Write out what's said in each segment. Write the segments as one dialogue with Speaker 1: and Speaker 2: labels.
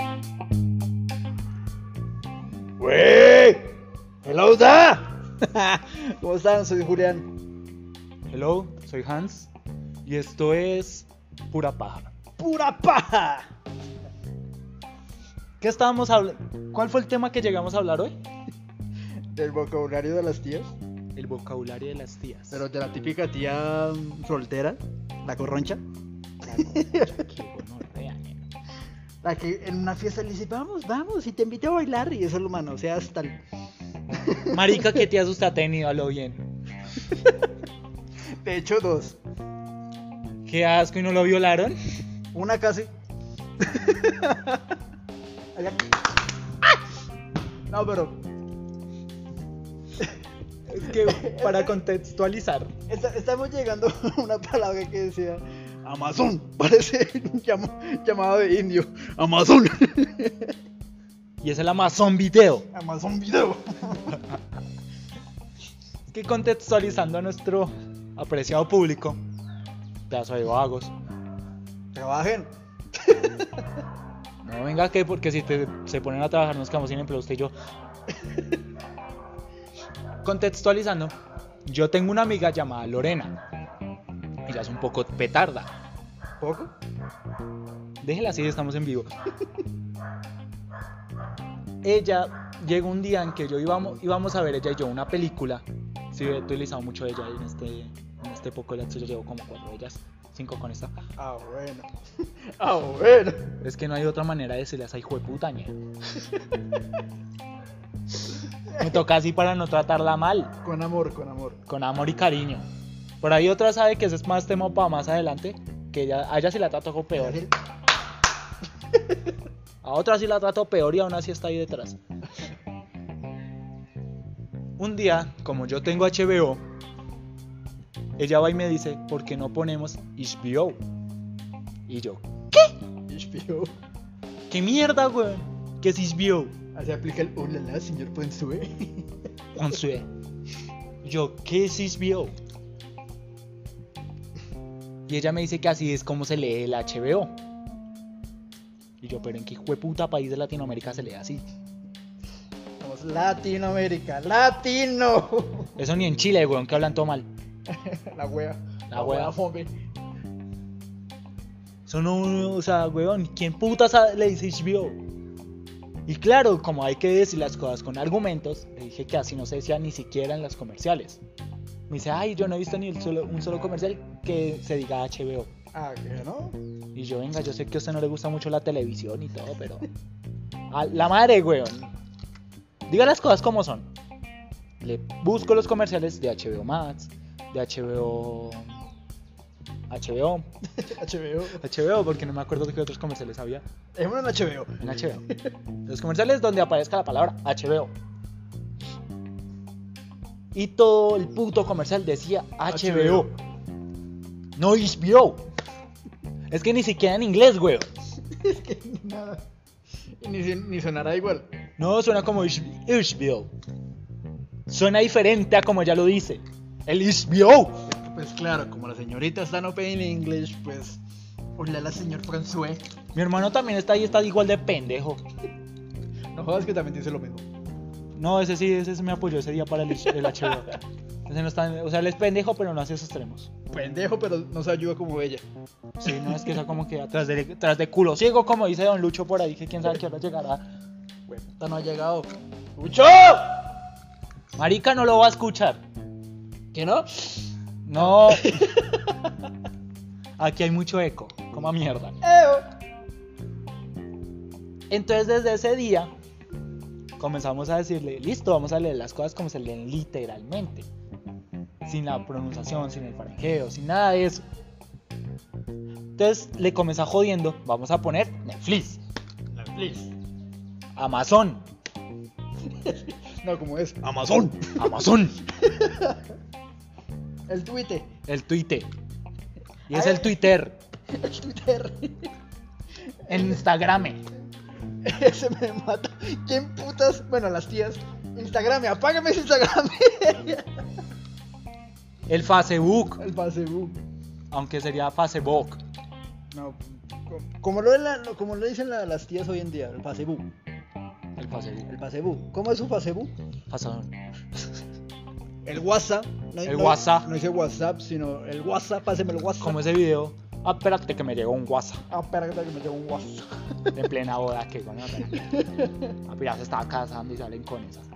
Speaker 1: ¿Cómo están? Soy Julián.
Speaker 2: Hello, soy Hans y esto es Pura Paja.
Speaker 1: ¡Pura paja!
Speaker 2: ¿Qué estábamos hablando? ¿Cuál fue el tema que llegamos a hablar hoy?
Speaker 1: Del vocabulario de las tías.
Speaker 2: El vocabulario de las tías.
Speaker 1: Pero de la típica tía mm, soltera, la corroncha. La que en una fiesta le dice, vamos, vamos, y te invito a bailar. Y eso lo manosea hasta el...
Speaker 2: Marica, ¿qué tías usted ha tenido? Hablo bien.
Speaker 1: De hecho, dos.
Speaker 2: Qué asco y no lo violaron.
Speaker 1: Una casi. Allá. ¡Ah! No, pero
Speaker 2: Es que para contextualizar.
Speaker 1: esta- estamos llegando a una palabra que decía Amazon. Parece llam- llamado de indio. Amazon.
Speaker 2: Y es el Amazon Video.
Speaker 1: Amazon Video.
Speaker 2: Es que contextualizando a nuestro apreciado público. Pedazo de vagos.
Speaker 1: Trabajen.
Speaker 2: No venga que porque si te- se ponen a trabajar nos quedamos sin empleo usted y yo. Contextualizando, yo tengo una amiga llamada Lorena. Ella es un poco petarda.
Speaker 1: ¿Poco?
Speaker 2: Déjela así, estamos en vivo. ella llegó un día en que yo íbamos, íbamos a ver ella y yo una película. Sí, he utilizado mucho ella en este, en este poco de yo llevo como cuatro de ellas, cinco con esta.
Speaker 1: Ah, bueno. Ah, bueno.
Speaker 2: Es que no hay otra manera de decirle a esa hijo de puta ñe. Me toca así para no tratarla mal,
Speaker 1: Con amor, con amor.
Speaker 2: con amor y cariño. Por ahí otra sabe que ese es más tema para más adelante, que ella, a ella sí la trato con peor. A otra sí la trato peor y aún así está ahí detrás. Un día, como yo tengo HBO, ella va y me dice, ¿por qué no ponemos HBO? Y yo,
Speaker 1: HBO.
Speaker 2: ¿qué mierda, weón? ¿Qué es HBO?
Speaker 1: Así aplica el hola, la, señor Ponsue.
Speaker 2: Ansue. Yo, ¿qué es HBO? Y ella me dice que así es como se lee el HBO. Y yo, pero ¿en qué hijo de puta país de Latinoamérica se lee así?
Speaker 1: Vamos, Latinoamérica, latino.
Speaker 2: Eso ni en Chile, weón, que hablan todo mal.
Speaker 1: La wea.
Speaker 2: La wea.
Speaker 1: fome.
Speaker 2: Eso no, o sea, weón, ¿quién puta sabe- le dice HBO? Y claro, como hay que decir las cosas con argumentos, le dije que así no se decía ni siquiera en las comerciales. Me dice, ay, yo no he visto ni el solo- un solo comercial que se diga HBO.
Speaker 1: Ah, que no.
Speaker 2: Y yo, venga, yo sé que a usted no le gusta mucho la televisión y todo, pero. A la madre, weón. Diga las cosas como son. Le busco los comerciales de HBO Max, de HBO. HBO.
Speaker 1: HBO.
Speaker 2: HBO, porque no me acuerdo de qué otros comerciales había.
Speaker 1: Es una en HBO.
Speaker 2: En HBO. Los comerciales donde aparezca la palabra HBO. Y todo el puto comercial decía HBO.
Speaker 1: HBO.
Speaker 2: No HBO. Es que ni siquiera en inglés, weón.
Speaker 1: Es que ni nada. Y ni, ni sonará igual.
Speaker 2: No, suena como Ish- HBO. Suena diferente a como ya lo dice. El HBO.
Speaker 1: Pues claro, como la señorita está no en English, pues. Hola, la señor François.
Speaker 2: Mi hermano también está ahí, está igual de pendejo.
Speaker 1: No jodas que también dice lo mismo.
Speaker 2: No, ese sí, ese sí me apoyó ese día para el, Ish- el HBO. Ese no está, o sea, él es pendejo, pero no hace esos extremos.
Speaker 1: Pendejo, pero no se ayuda como ella.
Speaker 2: Sí, no es que sea como que atrás de, tras de culo ciego, como dice Don Lucho por ahí, que quién sabe qué hora llegará.
Speaker 1: Bueno, esta no ha llegado. ¡Mucho!
Speaker 2: Marica no lo va a escuchar.
Speaker 1: ¿Que no?
Speaker 2: No. Aquí hay mucho eco, como mierda.
Speaker 1: ¡Eo!
Speaker 2: Entonces desde ese día comenzamos a decirle, listo, vamos a leer las cosas como se leen literalmente. Sin la pronunciación, sin el franjeo, sin nada de eso. Entonces le comienza jodiendo, vamos a poner Netflix,
Speaker 1: Netflix.
Speaker 2: Amazon,
Speaker 1: No, como es. Amazon.
Speaker 2: Amazon,
Speaker 1: El Twitter.
Speaker 2: el Twitter. Y es el Twitter,
Speaker 1: El Twitter.
Speaker 2: el Instagram.
Speaker 1: Ese me mata. ¿Quién putas? Bueno, las tías. Instagram, apágame ese Instagram.
Speaker 2: El Facebook,
Speaker 1: El Facebook.
Speaker 2: aunque sería Facebook.
Speaker 1: No, co- como lo, de la- lo- como lo dicen la- las tías hoy en día, el Facebook.
Speaker 2: El Facebook.
Speaker 1: El Facebook. ¿Cómo es un Facebook?
Speaker 2: Pasón.
Speaker 1: El WhatsApp. No,
Speaker 2: El
Speaker 1: no-
Speaker 2: WhatsApp.
Speaker 1: No dice WhatsApp, sino el WhatsApp. Páseme el WhatsApp.
Speaker 2: Como ese video. Ah, espérate que me llegó un WhatsApp.
Speaker 1: Ah, espera, que me llegó un WhatsApp.
Speaker 2: En plena boda, que coño. pero- Ah, pero ya se estaba casando y salen con esas.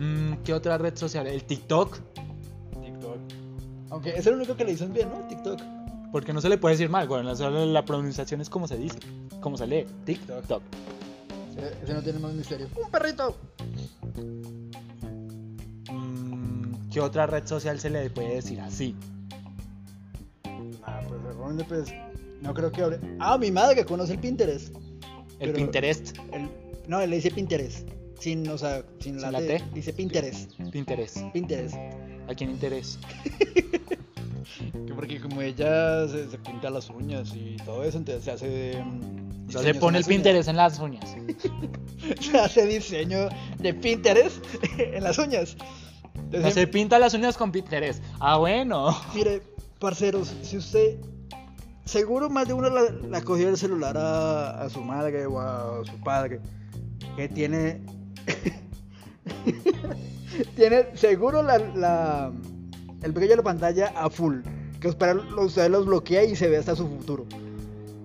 Speaker 2: Mm, ¿Qué otra red social? El TikTok.
Speaker 1: TikTok. Aunque es el único que le dicen bien, ¿no? TikTok.
Speaker 2: Porque no se le puede decir mal, güey. La, la pronunciación es como se dice, como se lee. TikTok.
Speaker 1: E, Ese, ese no tiene más misterio. ¡Un perrito!
Speaker 2: Mm, ¿Qué otra red social se le puede decir así?
Speaker 1: Ah, pues realmente, pues. No creo que hable. Ah, mi madre que conoce el Pinterest.
Speaker 2: El
Speaker 1: Pero-
Speaker 2: Pinterest.
Speaker 1: El... No, le dice Pinterest. Sin, o sea, sin,
Speaker 2: Sin la T.
Speaker 1: Dice Pinterest.
Speaker 2: Pinterest.
Speaker 1: Pinterest.
Speaker 2: ¿A quién interés?
Speaker 1: Que porque como ella se, se pinta las uñas y todo eso, entonces se hace. de, mm,
Speaker 2: O sea,
Speaker 1: diseños
Speaker 2: se
Speaker 1: en
Speaker 2: pone el
Speaker 1: las
Speaker 2: Pinterest en las uñas.
Speaker 1: uñas. Se hace diseño de Pinterest en las uñas.
Speaker 2: O
Speaker 1: Entonces,
Speaker 2: sea, se pinta las uñas con Pinterest. Ah, bueno.
Speaker 1: Mire, parceros, si usted. Seguro más de uno la, la cogió el celular a, a su madre o a su padre. Que tiene. tiene seguro la, la- el brillo de la pantalla a full. Que usted lo- usted los bloquea y se ve hasta su futuro.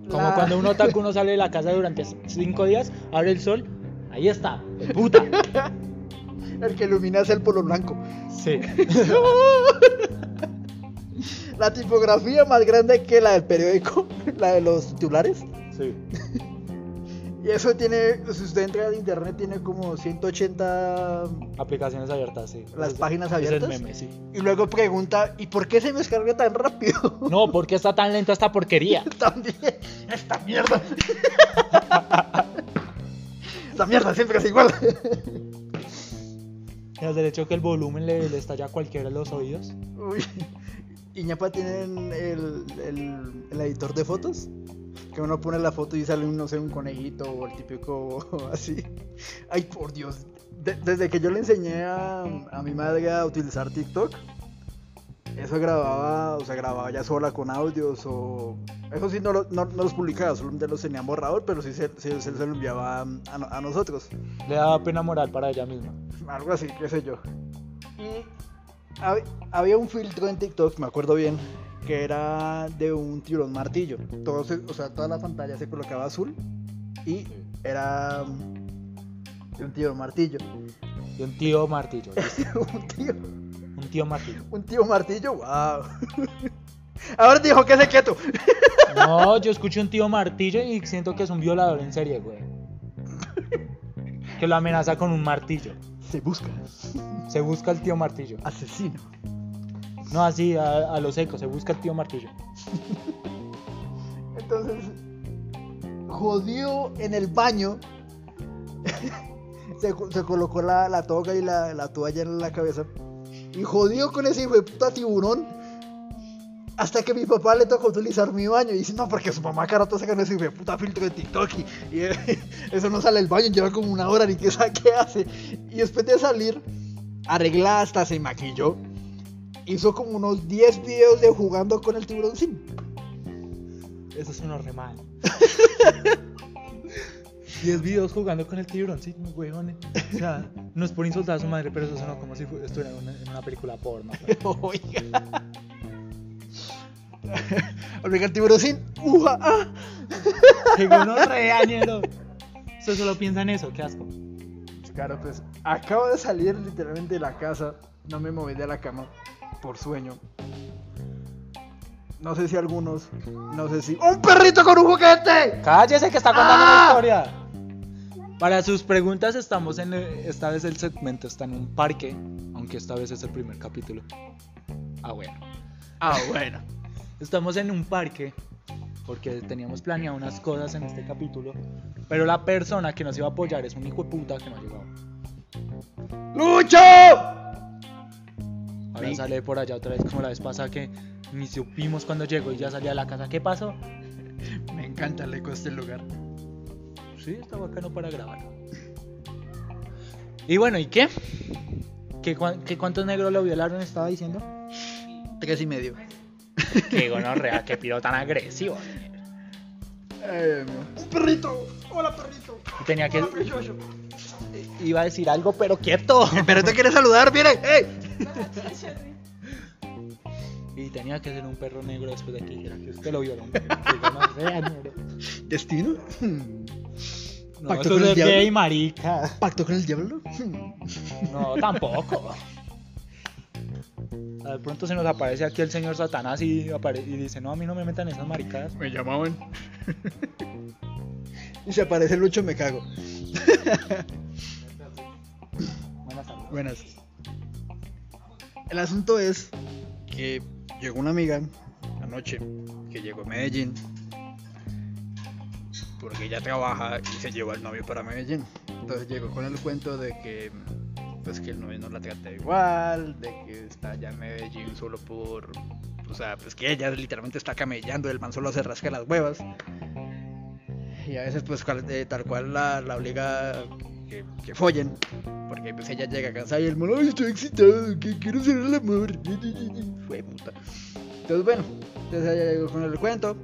Speaker 2: Como
Speaker 1: La-
Speaker 2: cuando un otaku no sale de la casa durante cinco días, abre el sol, ahí está. Puta.
Speaker 1: El que ilumina es el polo blanco.
Speaker 2: Sí.
Speaker 1: La tipografía más grande que la del periódico, la de los titulares.
Speaker 2: Sí.
Speaker 1: Y eso tiene, si usted entra al internet, tiene como 180
Speaker 2: Aplicaciones abiertas, sí.
Speaker 1: las páginas
Speaker 2: Es el
Speaker 1: abiertas.
Speaker 2: meme, sí.
Speaker 1: Y luego pregunta, ¿y por qué se me descarga tan rápido?
Speaker 2: No, ¿por qué está tan lenta esta porquería?
Speaker 1: También, esta mierda. Esta mierda siempre es igual.
Speaker 2: ¿Es el hecho que el volumen le, le estalla a cualquiera de los oídos?
Speaker 1: Uy. Y ñapa tienen el, el, el editor de fotos. Que uno pone la foto y sale, un, no sé, un conejito o el típico así. Ay, por Dios. De- desde que yo le enseñé a, a mi madre a utilizar TikTok, eso grababa, o sea, grababa ya sola con audios o... Eso sí, no, lo- no, no los publicaba, solamente los tenía en borrador, pero sí se, sí se los enviaba a, no- a nosotros.
Speaker 2: Le da pena moral para ella misma.
Speaker 1: Algo así, qué sé yo. Y hab- había un filtro en TikTok, me acuerdo bien, que era de un tiburón martillo. Todo se- o sea, toda la pantalla se colocaba azul y era mm, de un tiburón martillo.
Speaker 2: Y un tío martillo. listo.
Speaker 1: un, tío,
Speaker 2: Un tío martillo.
Speaker 1: un tío martillo, wow. Ahora dijo que se quieto.
Speaker 2: No, yo escucho un tío martillo y siento que es un violador en serie, güey. Que lo amenaza con un martillo.
Speaker 1: Se busca.
Speaker 2: Se busca el tío martillo.
Speaker 1: Asesino.
Speaker 2: No, así, a, a lo seco, se busca el tío martillo.
Speaker 1: Entonces, jodido en el baño. se, co- se colocó la, la toga y la, la toalla en la cabeza. Y jodido con ese hijo de puta tiburón. Hasta que mi papá le tocó utilizar mi baño. Y dice, no, porque su mamá carato saca ese hijo de puta filtro de TikTok. Y, y eso no sale del baño, lleva como una hora ni que sabe qué hace. Y después de salir, arreglada hasta se maquilló. Hizo como unos 10 videos de jugando con el tiburón sin.
Speaker 2: Eso es uno re mal. 10 videos jugando con el tiburón, sí, huevones. O sea, no es por insultar a su madre, pero eso sonó como si fu- estuviera en una, en una película porno. güey.
Speaker 1: Oiga. Oiga, el tiburón sin. ¡Uja! ¡Ah!
Speaker 2: Según uno reañero. Usted solo piensa en eso, qué asco.
Speaker 1: Claro, pues acabo de salir literalmente de la casa. No me moví de la cama por sueño. No sé si algunos. No sé si. ¡Un perrito con un juguete!
Speaker 2: Cállese que está contando
Speaker 1: ¡Ah!
Speaker 2: una historia. Para sus preguntas estamos en eh, esta vez el segmento está en un parque, aunque esta vez es el primer capítulo. Ah, bueno.
Speaker 1: Ah, bueno.
Speaker 2: Estamos en un parque porque teníamos planeado unas cosas en este capítulo, pero la persona que nos iba a apoyar es un hijo de puta que no ha llegado.
Speaker 1: ¡Lucho!
Speaker 2: Ahora
Speaker 1: Sí.
Speaker 2: sale por allá otra vez como la vez pasada que ni supimos cuando llegó y ya salía de la casa. ¿Qué pasó?
Speaker 1: Me encanta el eco de este lugar.
Speaker 2: Sí, está bacano para grabar. Y bueno, ¿y qué? ¿Que, cuan- que cuántos negros lo violaron estaba diciendo?
Speaker 1: Tres y medio.
Speaker 2: que gonorrea, que piro tan agresivo. señor.
Speaker 1: Eh, ¡Un perrito! ¡Hola, perrito!
Speaker 2: Y tenía que,
Speaker 1: Hola, precioso.
Speaker 2: iba a decir algo, pero quieto.
Speaker 1: El perrito quiere saludar, mire. ¡Ey!
Speaker 2: Y tenía que ser un perro negro después de que dijera que usted lo violó. un perro que yo no sea negro.
Speaker 1: ¿Destino? Hmm.
Speaker 2: No,
Speaker 1: Pacto
Speaker 2: eso
Speaker 1: con el
Speaker 2: es
Speaker 1: diablo.
Speaker 2: gay, marica.
Speaker 1: ¿Pacto con el diablo? Hmm.
Speaker 2: No, tampoco. De pronto se nos aparece aquí el señor Satanás y, apare- y dice, no, a mí no me metan esas maricadas.
Speaker 1: Me llamaban. Y se aparece Lucho, me cago.
Speaker 2: Buenas tardes.
Speaker 1: Buenas. El asunto es que llegó una amiga anoche que llegó a Medellín porque ella trabaja y se llevó al novio para Medellín. Entonces llegó con el cuento de que pues que el novio no la trata igual, de que está allá en Medellín solo por o sea, pues que ella literalmente está camellando, el man solo se rasca las huevas. Y a veces pues cual- eh, tal cual la, la obliga a que, que follen. Porque pues ella llega cansada y el mono, "Ay, estoy excitado, que quiero hacer el amor. Fue puta. Entonces bueno, entonces ella llegó con el cuento.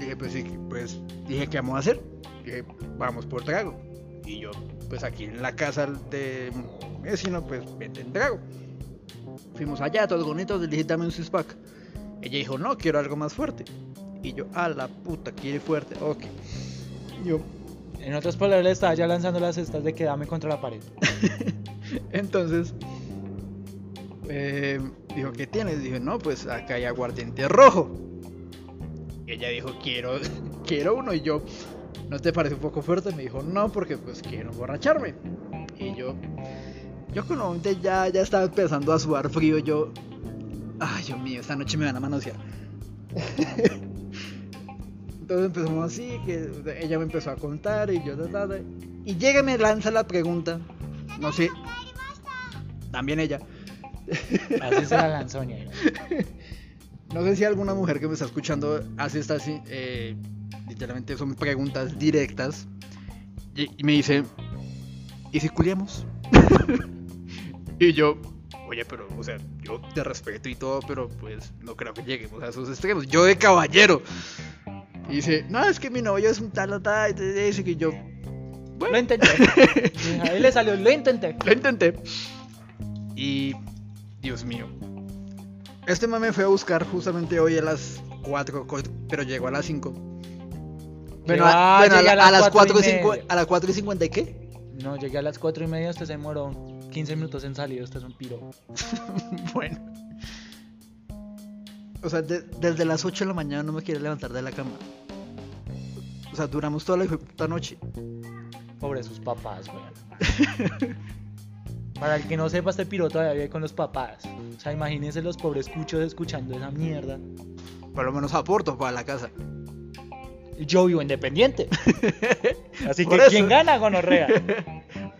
Speaker 1: Dije, pues sí, pues dije, ¿qué vamos a hacer? Dije, vamos por trago. Y yo, pues aquí en la casa de mi vecino, pues venden trago. Fuimos allá, todos bonitos, le dije, dame un six pack. Ella dijo, no, quiero algo más fuerte. Y yo, a la puta, quiere fuerte, ok. Yo,
Speaker 2: En otras palabras, le estaba ya lanzando las cestas de que dame contra la pared.
Speaker 1: Entonces, eh, dijo, ¿qué tienes? Dije, no, pues acá hay aguardiente rojo. Y ella dijo, quiero, quiero uno. Y yo, ¿no te parece un poco fuerte? Me dijo, no, porque pues quiero emborracharme. Y yo, yo con la mente ya, ya estaba empezando a sudar frío. Yo, ay, Dios mío, esta noche me van a manosear. Entonces empezamos así, que ella me empezó a contar y yo, ta, ta, ta. y llega y me lanza la pregunta, no sé, también ella.
Speaker 2: Así se la lanzó, ñero.
Speaker 1: No sé si alguna mujer que me está escuchando hace estas, eh, literalmente son preguntas directas. Y, y me dice, ¿y si culiamos? y yo, oye, pero, o sea, yo te respeto y todo, pero pues no creo que lleguemos a esos extremos. Yo de caballero. Y dice, no, es que mi novio es un tal, tal, tal, y te dice que yo,
Speaker 2: Lo intenté. Ahí le salió, lo intenté.
Speaker 1: Lo intenté. Y. Dios mío. Este man me fue a buscar justamente hoy a las 4, co- pero llegó a las 5. Bueno, a,
Speaker 2: Ah,
Speaker 1: bueno, a
Speaker 2: llegué
Speaker 1: la- a las 4 y
Speaker 2: media.
Speaker 1: 5. ¿A las 4 y 50 y qué?
Speaker 2: No, llegué a las 4 y media, usted se demoró 15 minutos en salir, usted es un piro.
Speaker 1: bueno. O sea, de- desde las 8 de la mañana no me quiere levantar de la cama. O sea, duramos toda la hijo de puta noche.
Speaker 2: Pobre sus papás, weón. Para el que no sepa, este piro todavía vive con los papás. O sea, imagínense los pobres cuchos escuchando esa mierda.
Speaker 1: Por lo menos aporto para la casa.
Speaker 2: Y Yo vivo independiente. Así que,
Speaker 1: Por eso.
Speaker 2: ¿quién gana, gonorrea?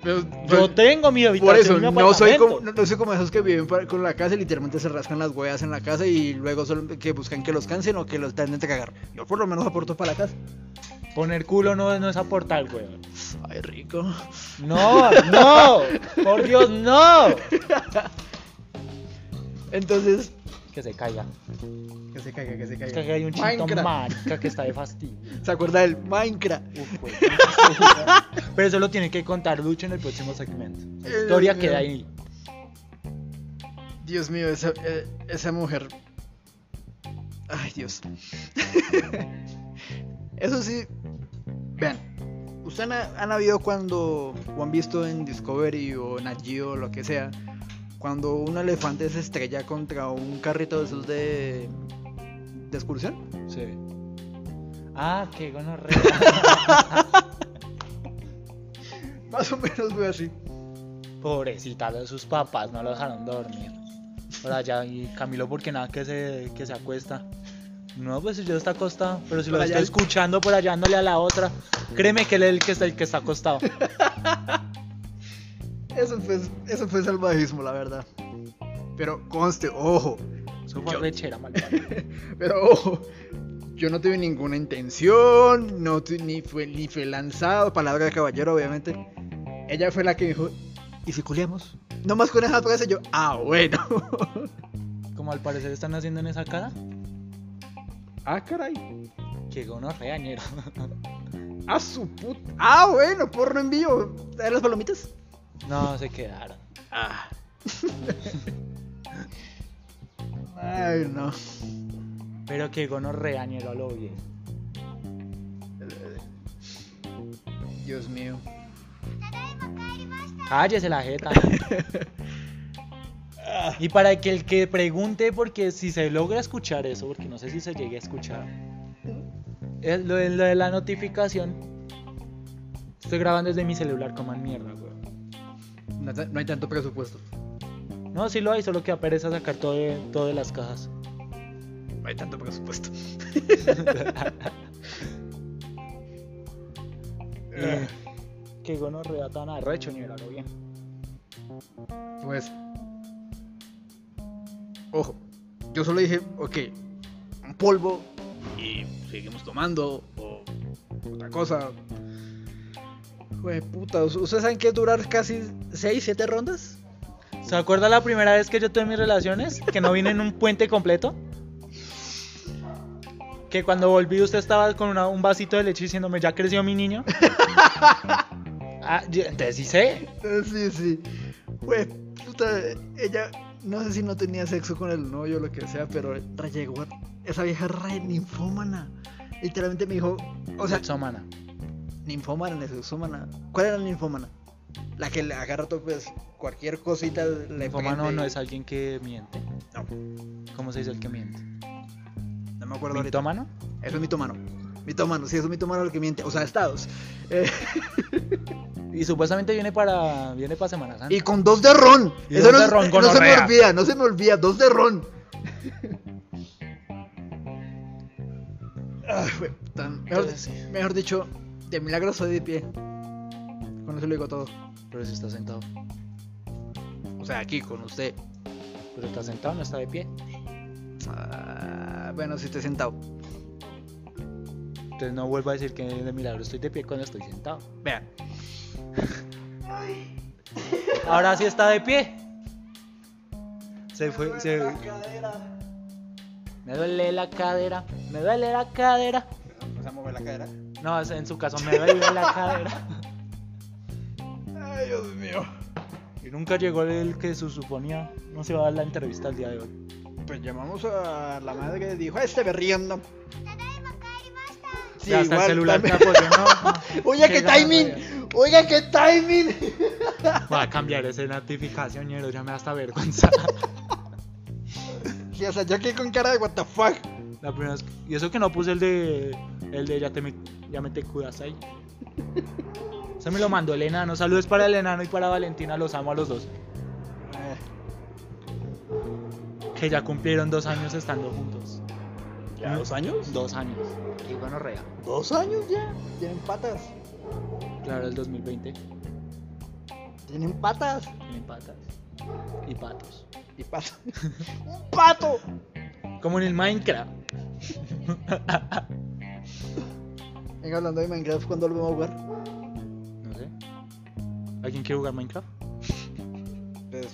Speaker 1: Pero- pues,
Speaker 2: Yo tengo mi habitación.
Speaker 1: Por eso,
Speaker 2: mi
Speaker 1: no soy,
Speaker 2: apartamento.
Speaker 1: como, no, no soy como esos que viven pa- con la casa y literalmente se rascan las huellas en la casa y luego solo que buscan que los cansen o que los traten de cagar. Yo por lo menos aporto para la casa.
Speaker 2: Poner culo no, es- no es aportar, weón.
Speaker 1: Ay, rico.
Speaker 2: No, no, por Dios, no.
Speaker 1: Entonces,
Speaker 2: Que se caiga.
Speaker 1: que se caiga, que se
Speaker 2: Es
Speaker 1: caiga.
Speaker 2: que aquí hay un chinto
Speaker 1: Minecraft.
Speaker 2: marica que está de fastidio.
Speaker 1: ¿Se acuerda del Minecraft?
Speaker 2: Uf, güey. Pero eso lo tiene que contar Lucho en el próximo segmento. La
Speaker 1: Eh,
Speaker 2: historia
Speaker 1: eh.
Speaker 2: queda ahí.
Speaker 1: Dios mío, esa, eh, esa mujer. Ay, Dios. Eso sí, vean. ¿Ustedes han, han habido cuando, o han visto en Discovery o en Agio o lo que sea, cuando un elefante se estrella contra un carrito de esos de. de excursión?
Speaker 2: Sí. Ah, qué gonorrea.
Speaker 1: Más o menos fue así.
Speaker 2: Pobrecita de sus papás, no lo dejaron dormir. Por allá, y Camilo, porque nada que se, que se acuesta. No, pues yo está acostado, pero si
Speaker 1: Por
Speaker 2: lo
Speaker 1: allá
Speaker 2: estoy
Speaker 1: el-
Speaker 2: escuchando por allá, dándole a la otra, créeme que él es el que está, el que está acostado.
Speaker 1: Eso fue, eso fue salvajismo, la verdad. Pero conste, ojo,
Speaker 2: Eso fue
Speaker 1: Yo-
Speaker 2: rechera, malvada.
Speaker 1: Pero ojo, yo no tuve ninguna intención, no tu- ni fue ni fue lanzado, palabra de caballero obviamente. Ella fue la que dijo, ¿y si culiamos? Nomás con esa frase yo, ah, bueno.
Speaker 2: Como al parecer están haciendo en esa cara,
Speaker 1: ah, caray.
Speaker 2: que gonorrea, ñero.
Speaker 1: Ah, su puta. Ah, bueno, porno en vivo. ¿Te das las palomitas?
Speaker 2: No, se quedaron.
Speaker 1: Ah. Ay, no.
Speaker 2: Pero que gonorrea, ni lo lo bien.
Speaker 1: Dios mío.
Speaker 2: Cállese la jeta. Y para que el que pregunte, porque si se logra escuchar eso, porque no sé si se llegue a escuchar, es lo, de, lo de la notificación. Estoy grabando desde mi celular, coman mierda, weón.
Speaker 1: No, ta- no hay tanto presupuesto.
Speaker 2: No, sí lo hay, solo que da pereza sacar todo de, todo de las cajas.
Speaker 1: No hay tanto presupuesto. Ah.
Speaker 2: Eh, que gonorrea tan arrecho, ni lo bien.
Speaker 1: Pues. Ojo. Yo solo dije, ok, un polvo y seguimos tomando o otra cosa. Jue puta, ¿us- ¿ustedes saben que es durar casi 6, 7 rondas?
Speaker 2: ¿Se acuerda la primera vez que yo tuve mis relaciones? Que no vine en un puente completo. Que cuando volví usted estaba con una- un vasito de leche diciéndome, ya creció mi niño. Ah, yo- entonces sí sé.
Speaker 1: Eh, Sí, sí. Jue puta, ella no sé si no tenía sexo con el novio o lo que sea, pero re llegó a- esa vieja re ninfómana. Literalmente me dijo, o sea,
Speaker 2: Sexómana.
Speaker 1: ninfómana, sexómana. ¿Cuál era la ninfómana? La que le agarra todo, pues cualquier cosita le
Speaker 2: Ninfómano
Speaker 1: prende.
Speaker 2: no es alguien que miente.
Speaker 1: No,
Speaker 2: ¿Cómo se dice el que miente?
Speaker 1: no me acuerdo ahorita.
Speaker 2: ¿Mintómano?
Speaker 1: Eso es mitomano. Mitomano, sí, eso es mitomano el que miente. O sea, estados. Eh,
Speaker 2: Y supuestamente viene para viene para Semana Santa.
Speaker 1: y con dos de ron.
Speaker 2: Ah. Y
Speaker 1: eso
Speaker 2: dos
Speaker 1: no,
Speaker 2: de ron,
Speaker 1: no se me
Speaker 2: gonorrea.
Speaker 1: olvida, no se me olvida. Dos de ron. Ay, güey, tan- mejor,
Speaker 2: Entonces, sí.
Speaker 1: mejor dicho, de milagro soy de pie. Con eso lo digo todo.
Speaker 2: Pero si está sentado.
Speaker 1: O sea, aquí con usted.
Speaker 2: Pero está sentado, no está de pie.
Speaker 1: Ah, bueno, si te he sentado.
Speaker 2: Entonces no vuelvo a decir que de milagro estoy de pie cuando estoy sentado.
Speaker 1: Vean.
Speaker 2: Ahora sí está de pie. Se fue, se... Me duele la cadera, me duele la cadera.
Speaker 1: Vamos a mover la cadera.
Speaker 2: No, es- en su caso me duele la cadera.
Speaker 1: Ay, Dios mío.
Speaker 2: Y nunca llegó el que se suponía no se va a dar la entrevista el día de hoy.
Speaker 1: Pues llamamos a la madre que dijo, este berriendo.
Speaker 2: Ya hasta el celular
Speaker 1: también.
Speaker 2: me apoyó, no. Ah,
Speaker 1: Oiga, qué
Speaker 2: ganas,
Speaker 1: timing.
Speaker 2: oiga.
Speaker 1: Oiga, qué timing.
Speaker 2: Voy a cambiar esa notificación, ñero, ya me da hasta vergüenza.
Speaker 1: Sí, o sea, yo aquí con cara de what the fuck.
Speaker 2: La primera vez- Y eso que no puse el de. El de ya, te me, ya me te cuidas ahí. Se me lo mandó el enano. Saludos para el enano y para Valentina. Los amo a los dos. Eh, Que ya cumplieron dos años estando juntos.
Speaker 1: ¿Ya dos años?
Speaker 2: Dos años. Y bueno, rea.
Speaker 1: ¿Dos años ya? Tienen patas.
Speaker 2: Claro, el 2020.
Speaker 1: Tienen patas.
Speaker 2: Tienen patas. Y patos.
Speaker 1: Y patas. ¡Un pato!
Speaker 2: Como en el Minecraft.
Speaker 1: Venga, hablando de Minecraft, ¿cuándo lo vamos a jugar?
Speaker 2: No sé. ¿Alguien quiere jugar Minecraft?
Speaker 1: Pues,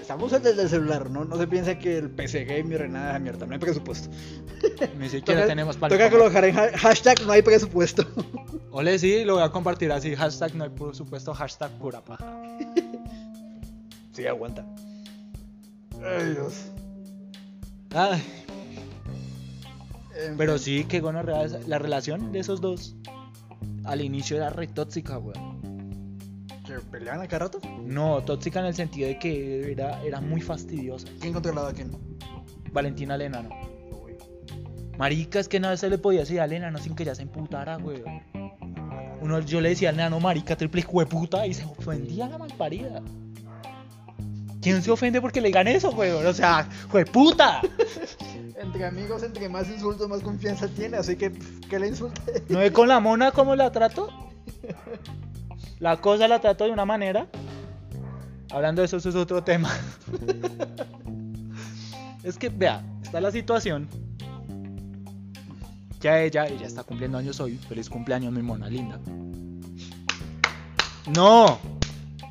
Speaker 1: estamos desde el celular, ¿no? No se piensa que el PC Gamer ni nada de esa mierda. No hay presupuesto.
Speaker 2: Ni siquiera tenemos para
Speaker 1: toca colocar en ha- hashtag no hay presupuesto.
Speaker 2: Ole, sí, lo voy a compartir así. Hashtag no hay por supuesto, hashtag pura paja.
Speaker 1: Sí, aguanta. Ay, Dios.
Speaker 2: Ay.
Speaker 1: En
Speaker 2: Pero
Speaker 1: fin.
Speaker 2: sí, que gonorrea esa- la relación de esos dos al inicio era re tóxica, weón.
Speaker 1: ¿Que peleaban acá rato?
Speaker 2: No, tóxica en el sentido de que era, era muy fastidiosa.
Speaker 1: ¿Quién controlaba a quién?
Speaker 2: Valentina al enano. Marica, es que nada se le podía decir al enano sin que ya se emputara, weón. Uno, yo le decía al enano, marica, triple puta y se ofendía la malparida. ¿Quién se ofende porque le digan eso, weón? O sea, jueputa.
Speaker 1: Entre amigos, entre más insultos, más confianza tiene, así que pff, que le insulte.
Speaker 2: ¿No ve con la mona cómo la trato? La cosa la trato de una manera. Hablando de eso, eso es otro tema. es que, vea, está la situación. Ya ella, ella está cumpliendo años hoy. Feliz cumpleaños, mi mona linda. No,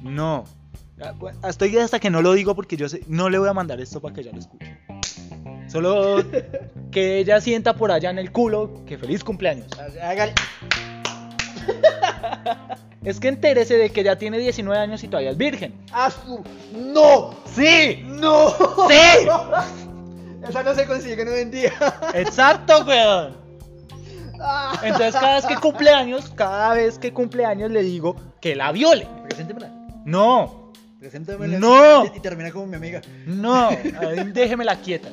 Speaker 2: no. Ah, bueno, Estoy hasta que no lo digo porque yo sé, no le voy a mandar esto para que ella lo escuche. Solo que ella sienta por allá en el culo que feliz cumpleaños.
Speaker 1: Hágale.
Speaker 2: Es que entérese de que ya tiene 19 años y todavía es virgen.
Speaker 1: ¡Ah, su- ¡No!
Speaker 2: ¡Sí!
Speaker 1: ¡No!
Speaker 2: ¡Sí!
Speaker 1: Esa no se consigue en un día.
Speaker 2: ¡Exacto, weón!
Speaker 1: Ah.
Speaker 2: Entonces cada vez que cumple años, cada vez que cumple años le digo que la viole.
Speaker 1: Preséntemela.
Speaker 2: No,
Speaker 1: Preséntemela.
Speaker 2: ¡No!
Speaker 1: Y, y termina como mi amiga.
Speaker 2: no, ahí déjemela quieta.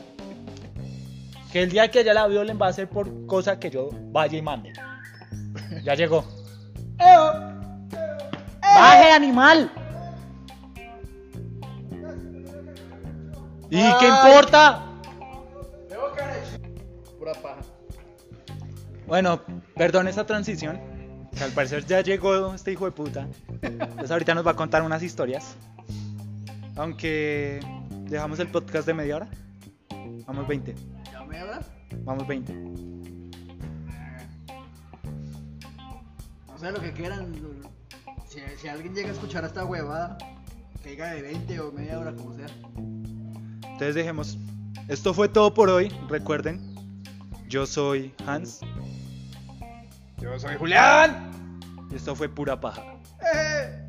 Speaker 2: Que el día que ella la violen va a ser por cosa que yo vaya y mande. Ya llegó. ¡Baje, animal! ¿Y qué
Speaker 1: Ay.
Speaker 2: importa?
Speaker 1: Pura paja.
Speaker 2: Bueno, perdón esa transición. que al parecer ya llegó este hijo de puta. Entonces ahorita nos va a contar unas historias. Aunque dejamos el podcast de media hora. Vamos 20.
Speaker 1: ¿Ya me hablas?
Speaker 2: Vamos 20.
Speaker 1: No sé lo que quieran. Si, si alguien llega a escuchar esta huevada, que diga de 20 o media hora, como sea.
Speaker 2: Entonces dejemos. Esto fue todo por hoy. Recuerden, yo soy Hans.
Speaker 1: Yo soy Julián.
Speaker 2: Y esto fue pura paja.
Speaker 1: Eh.